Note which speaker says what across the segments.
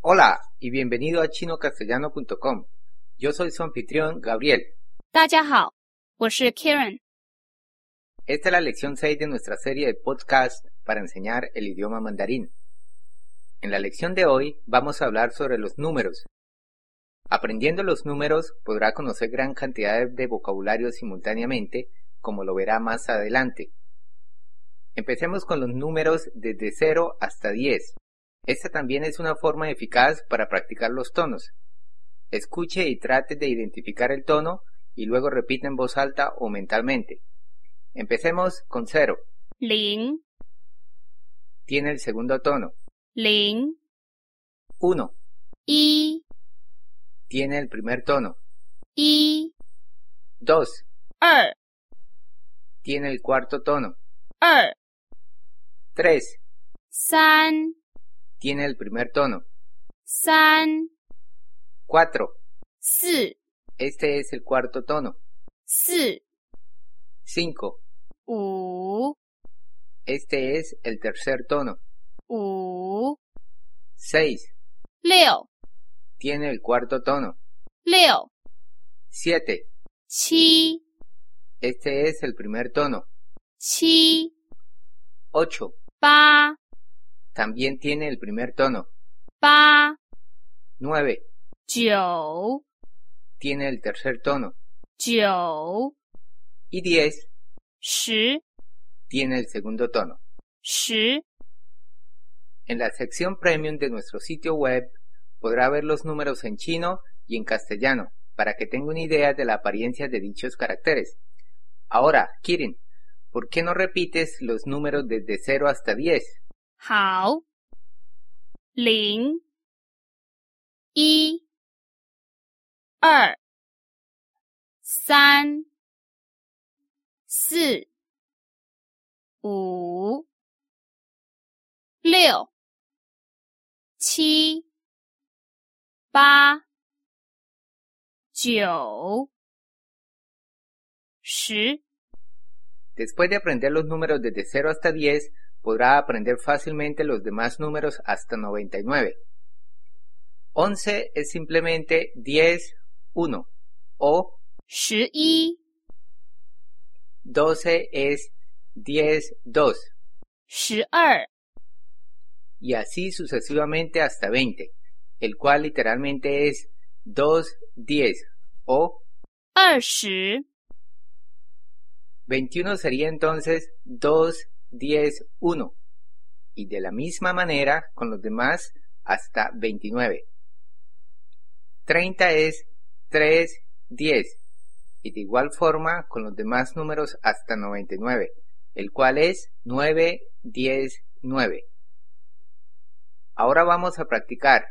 Speaker 1: Hola y bienvenido a chinocastellano.com. Yo soy su anfitrión, Gabriel.
Speaker 2: 大家好，我是 Karen。
Speaker 1: Esta es la lección 6 de nuestra serie de podcast para enseñar el idioma mandarín. En la lección de hoy vamos a hablar sobre los números. Aprendiendo los números podrá conocer gran cantidad de vocabulario simultáneamente, como lo verá más adelante. Empecemos con los números desde 0 hasta 10. Esta también es una forma eficaz para practicar los tonos. Escuche y trate de identificar el tono y luego repita en voz alta o mentalmente. Empecemos con 0.
Speaker 2: 零
Speaker 1: Tiene el segundo tono.
Speaker 2: 零
Speaker 1: 1.
Speaker 2: 一
Speaker 1: Tiene el primer tono.
Speaker 2: 一
Speaker 1: 2.
Speaker 2: 二
Speaker 1: Tiene el cuarto tono.
Speaker 2: 二
Speaker 1: 3.
Speaker 2: 三
Speaker 1: Tiene el primer tono.
Speaker 2: 三
Speaker 1: 4.
Speaker 2: 四
Speaker 1: Este es el cuarto tono.
Speaker 2: 四
Speaker 1: 5.
Speaker 2: 五
Speaker 1: Este es el tercer tono.
Speaker 2: 五
Speaker 1: 6.
Speaker 2: 六
Speaker 1: Tiene el cuarto tono.
Speaker 2: 六
Speaker 1: 7.
Speaker 2: 七
Speaker 1: Este es el primer tono.
Speaker 2: 七
Speaker 1: 8.
Speaker 2: 八
Speaker 1: También tiene el primer tono.
Speaker 2: 八
Speaker 1: 9.
Speaker 2: 九
Speaker 1: Tiene el tercer tono.
Speaker 2: 九
Speaker 1: Y 10.
Speaker 2: 十
Speaker 1: Tiene el segundo tono.
Speaker 2: 十
Speaker 1: En la sección premium de nuestro sitio web podrá ver los números en chino y en castellano para que tenga una idea de la apariencia de dichos caracteres. Ahora, Kirin, ¿por qué no repites los números desde 0 hasta 10?
Speaker 2: 好，零，一，二，三，四，五，六，七，八，九，十。
Speaker 1: Después de aprender los números desde 0 hasta 10, podrá aprender fácilmente los demás números hasta 99. 11 es simplemente 10, 1 o
Speaker 2: 十一、
Speaker 1: 12 es 10, 2.
Speaker 2: 十二、
Speaker 1: y así sucesivamente hasta 20, el cual literalmente es 2, 10 o
Speaker 2: 二十、
Speaker 1: 21 sería entonces 2, 10, 1 y de la misma manera con los demás hasta 29. 30 es 3, 10 y de igual forma con los demás números hasta 99, el cual es 9, 10, 9. Ahora vamos a practicar.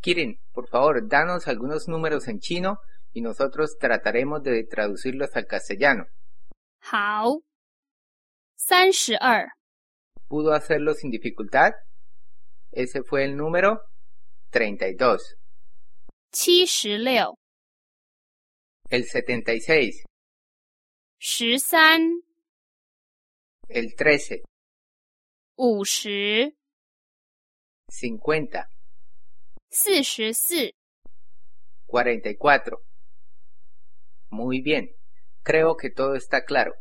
Speaker 1: Kirin, por favor, danos algunos números en chino y nosotros trataremos de traducirlos al castellano.
Speaker 2: 好，三十二、
Speaker 1: pudo hacerlo sin dificultad? Ese fue el número 32.
Speaker 2: 七十六、
Speaker 1: El 76,
Speaker 2: 十三、
Speaker 1: el 13,
Speaker 2: 五十、
Speaker 1: 50,
Speaker 2: 四十四、
Speaker 1: 44. Muy bien, creo que todo está claro.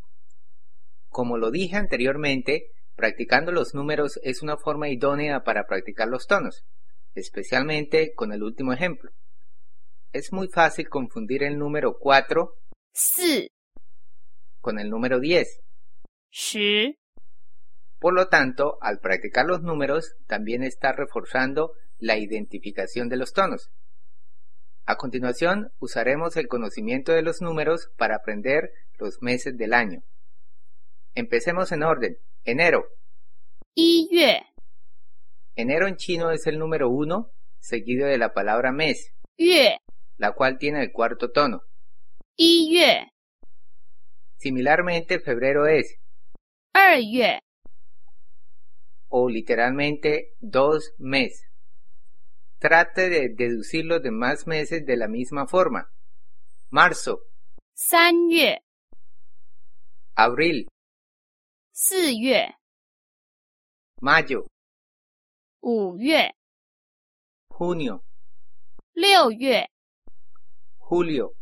Speaker 1: Como lo dije anteriormente, practicando los números es una forma idónea para practicar los tonos, especialmente con el último ejemplo. Es muy fácil confundir el número 4
Speaker 2: 四、
Speaker 1: con el número 10.
Speaker 2: 十、
Speaker 1: Por lo tanto, al practicar los números, también está reforzando la identificación de los tonos. A continuación, usaremos el conocimiento de los números para aprender los meses del año. Empecemos en orden. Enero.
Speaker 2: 一月、
Speaker 1: Enero en chino es el número 1, seguido de la palabra mes,
Speaker 2: 月、
Speaker 1: la cual tiene el cuarto tono.
Speaker 2: 一月、
Speaker 1: Similarmente, febrero es,
Speaker 2: 二月、
Speaker 1: o literalmente dos meses. Trate de deducir los demás meses de la misma forma. Marzo,
Speaker 2: 三月、
Speaker 1: abril,
Speaker 2: 四月、
Speaker 1: mayo,
Speaker 2: 五月、
Speaker 1: junio,
Speaker 2: 六月、
Speaker 1: julio,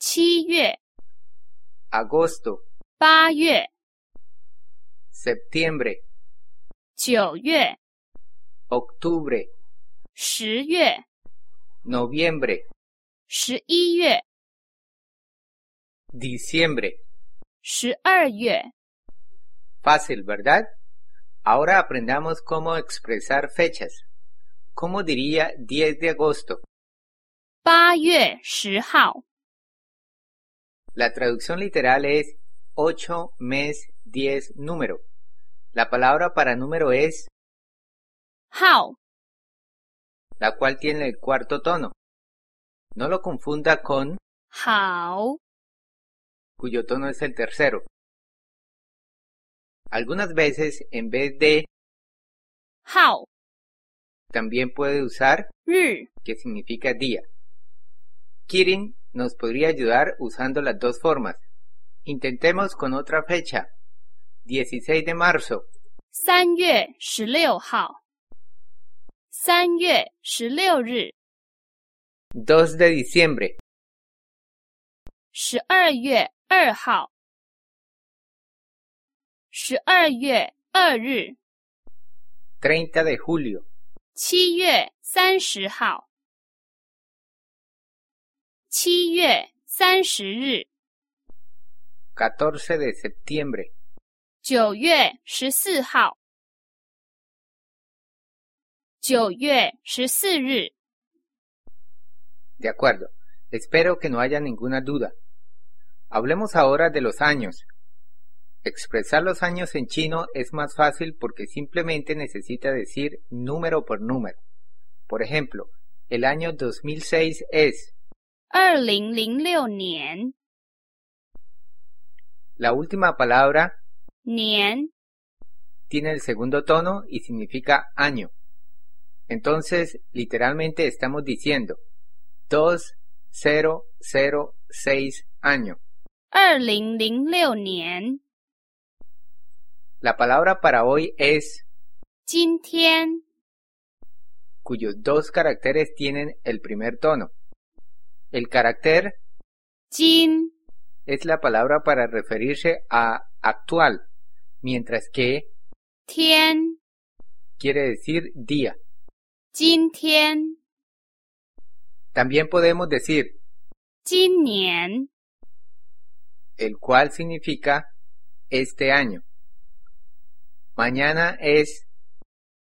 Speaker 2: 七月、
Speaker 1: agosto,
Speaker 2: 八月、
Speaker 1: septiembre,
Speaker 2: 九月、
Speaker 1: octubre,
Speaker 2: 十月、
Speaker 1: noviembre,
Speaker 2: 十一月、
Speaker 1: diciembre.
Speaker 2: 十二月。
Speaker 1: Fácil, ¿verdad? Ahora aprendamos cómo expresar fechas. ¿Cómo diría 10 de agosto?
Speaker 2: 八月十号，
Speaker 1: La traducción literal es 8 mes 10 número. La palabra para número es
Speaker 2: 号
Speaker 1: la cual tiene el cuarto tono. No lo confunda con
Speaker 2: 好
Speaker 1: cuyo tono es el tercero. Algunas veces en vez de
Speaker 2: 号
Speaker 1: también puede usar
Speaker 2: 日
Speaker 1: que significa día. Kirin nos podría ayudar usando las dos formas. Intentemos con otra fecha. 16 de marzo,
Speaker 2: 三月十六号，三月十六日，
Speaker 1: 2 de diciembre,
Speaker 2: 十二月二号，十二月二日，
Speaker 1: 30 de julio,
Speaker 2: 七月三十号，七月三十日，
Speaker 1: 14 de septiembre,
Speaker 2: 九月十四号，九月十四日。
Speaker 1: De acuerdo. Espero que no haya ninguna duda. Hablemos ahora de los años. Expresar los años en chino es más fácil porque simplemente necesita decir número por número. Por ejemplo, el año 2006 es.
Speaker 2: 二零零六年
Speaker 1: La última palabra
Speaker 2: 年
Speaker 1: tiene el segundo tono y significa año. Entonces, literalmente estamos diciendo 2006 año.
Speaker 2: 二零零六年
Speaker 1: La palabra para hoy es
Speaker 2: 今天
Speaker 1: cuyos dos caracteres tienen el primer tono. El carácter
Speaker 2: 今
Speaker 1: es la palabra para referirse a actual, mientras que
Speaker 2: 天
Speaker 1: quiere decir día.
Speaker 2: 今天
Speaker 1: También podemos decir
Speaker 2: 今年
Speaker 1: el cual significa este año. Mañana es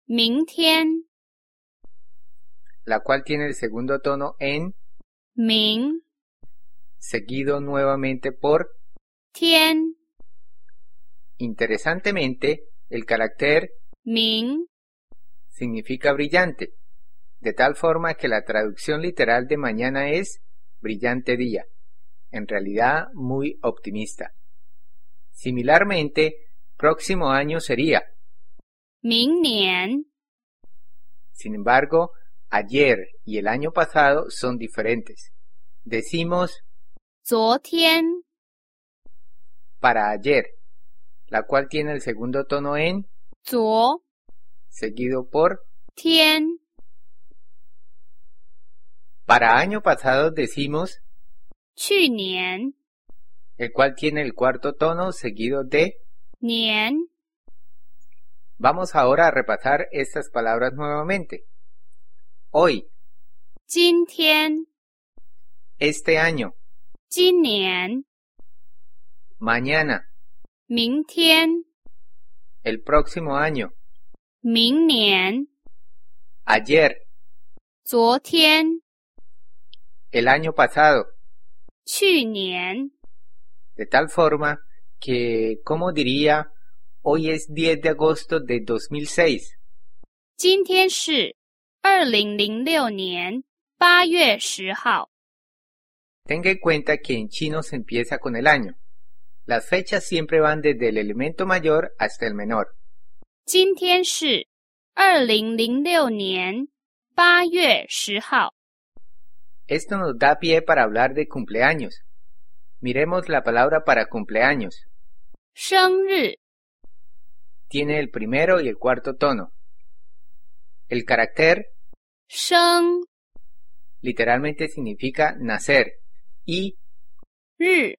Speaker 2: 明天
Speaker 1: la cual tiene el segundo tono en,
Speaker 2: 明
Speaker 1: seguido nuevamente por.
Speaker 2: 天
Speaker 1: Interesantemente, el carácter
Speaker 2: 明
Speaker 1: significa brillante, de tal forma que la traducción literal de mañana es brillante día, en realidad muy optimista. Similarmente, próximo año sería,
Speaker 2: 明年
Speaker 1: sin embargo, ayer y el año pasado son diferentes. Decimos
Speaker 2: 昨天
Speaker 1: para ayer, la cual tiene el segundo tono en,
Speaker 2: 昨
Speaker 1: seguido por
Speaker 2: 天
Speaker 1: para año pasado decimos,
Speaker 2: 去年
Speaker 1: el cual tiene el cuarto tono seguido de
Speaker 2: 年
Speaker 1: Vamos ahora a repasar estas palabras nuevamente. Hoy,
Speaker 2: 今天
Speaker 1: este año,
Speaker 2: 今年
Speaker 1: mañana,
Speaker 2: 明天
Speaker 1: el próximo año,
Speaker 2: 明年
Speaker 1: ayer,
Speaker 2: 昨天
Speaker 1: el año pasado,
Speaker 2: 去年。
Speaker 1: de tal forma que, como diría, hoy es 10 de agosto de 2006.
Speaker 2: 今天是二零零六年八月十号。
Speaker 1: Tenga en cuenta que en chino se empieza con el año. Las fechas siempre van desde el elemento mayor hasta el menor.
Speaker 2: 今天是二零零六年八月十号。
Speaker 1: Esto nos da pie para hablar de cumpleaños. Miremos la palabra para cumpleaños.
Speaker 2: 生日
Speaker 1: tiene el primero y el cuarto tono. El carácter
Speaker 2: “生
Speaker 1: Literalmente significa nacer y
Speaker 2: 日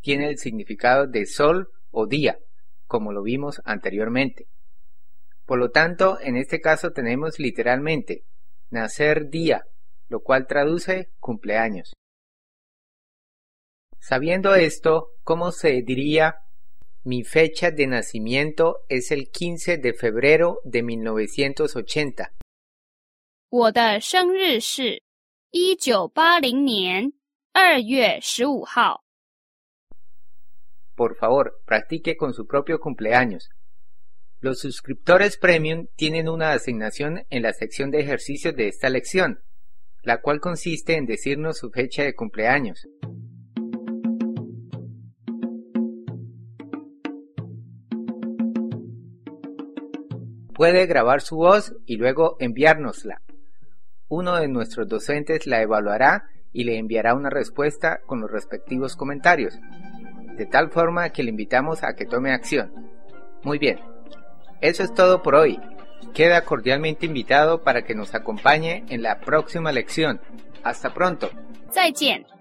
Speaker 1: tiene el significado de sol o día, como lo vimos anteriormente. Por lo tanto, en este caso tenemos literalmente nacer día, lo cual traduce cumpleaños. Sabiendo esto, ¿cómo se diría mi fecha de nacimiento es el 15 de febrero de 1980?
Speaker 2: 我的生日是一九八零年二月十五号。
Speaker 1: Por favor, practique con su propio cumpleaños. Los suscriptores premium tienen una asignación en la sección de ejercicios de esta lección, la cual consiste en decirnos su fecha de cumpleaños. Puede grabar su voz y luego enviárnosla. Uno de nuestros docentes la evaluará y le enviará una respuesta con los respectivos comentarios, de tal forma que le invitamos a que tome acción. Muy bien, eso es todo por hoy. Queda cordialmente invitado para que nos acompañe en la próxima lección. Hasta pronto.
Speaker 2: 再见。